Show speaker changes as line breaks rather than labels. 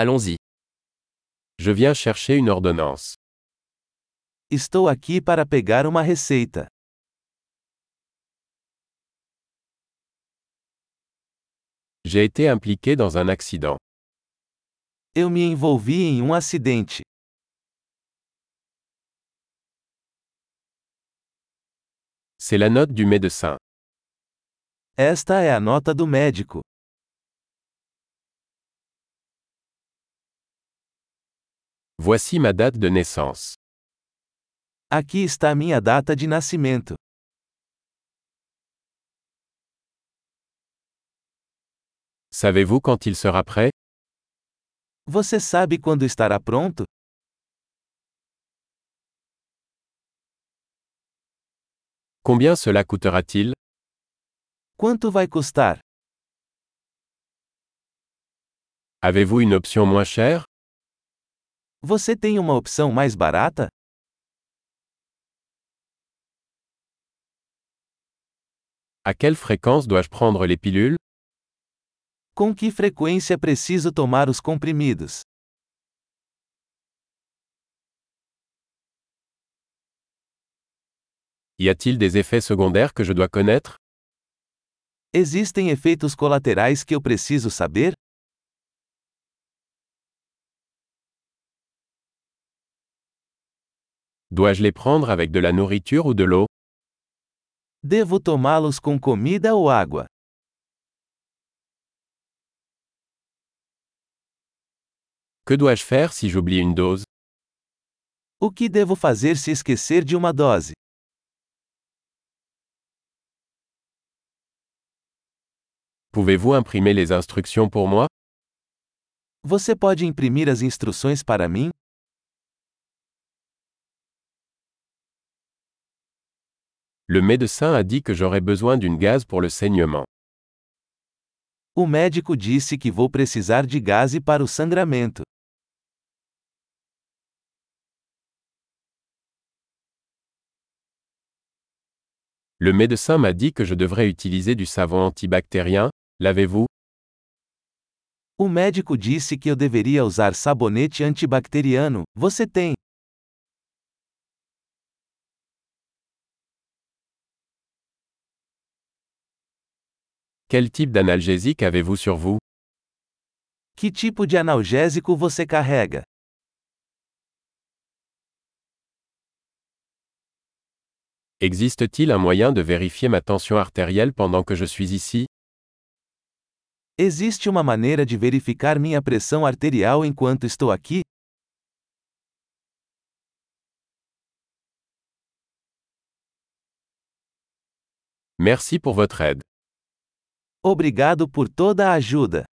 Allons-y. Je viens chercher une ordonnance.
Estou aqui para pegar uma receita.
J'ai été impliqué dans un accident.
Eu me envolvi em um acidente.
C'est la note du médecin.
Esta é a nota do médico.
Voici ma date de naissance.
Aqui está minha data de nascimento.
Savez-vous quand il sera prêt
Você sabe quando estará pronto?
Combien cela coûtera-t-il
Quanto vai custar?
Avez-vous une option moins chère
Você tem uma opção mais barata?
À quelle fréquence dois-je prendre les pilules
Com que frequência preciso tomar os comprimidos?
Y a-t-il des effets secondaires que je dois connaître
Existem efeitos colaterais que eu preciso saber?
Dois-je les prendre avec de la nourriture ou de l'eau
Devo tomá-los com comida ou água?
Que dois-je faire si j'oublie une dose
O que devo fazer se esquecer de uma dose?
Pouvez-vous imprimer les instructions pour moi
Você pode imprimir as instruções para mim?
Le médecin a dit que j'aurais besoin d'une gaz pour le saignement.
O médico disse que vou precisar de gaze para o sangramento.
Le médecin m'a dit que je devrais utiliser du savon antibactérien. L'avez-vous
O médico disse que eu deveria usar sabonete antibacteriano. Você tem?
Quel type d'analgésique avez-vous sur vous
Que tipo de analgésico você carrega?
Existe-t-il un moyen de vérifier ma tension artérielle pendant que je suis ici
Existe uma maneira de verificar minha pressão arterial enquanto estou aqui?
Merci pour votre aide.
Obrigado por toda a ajuda.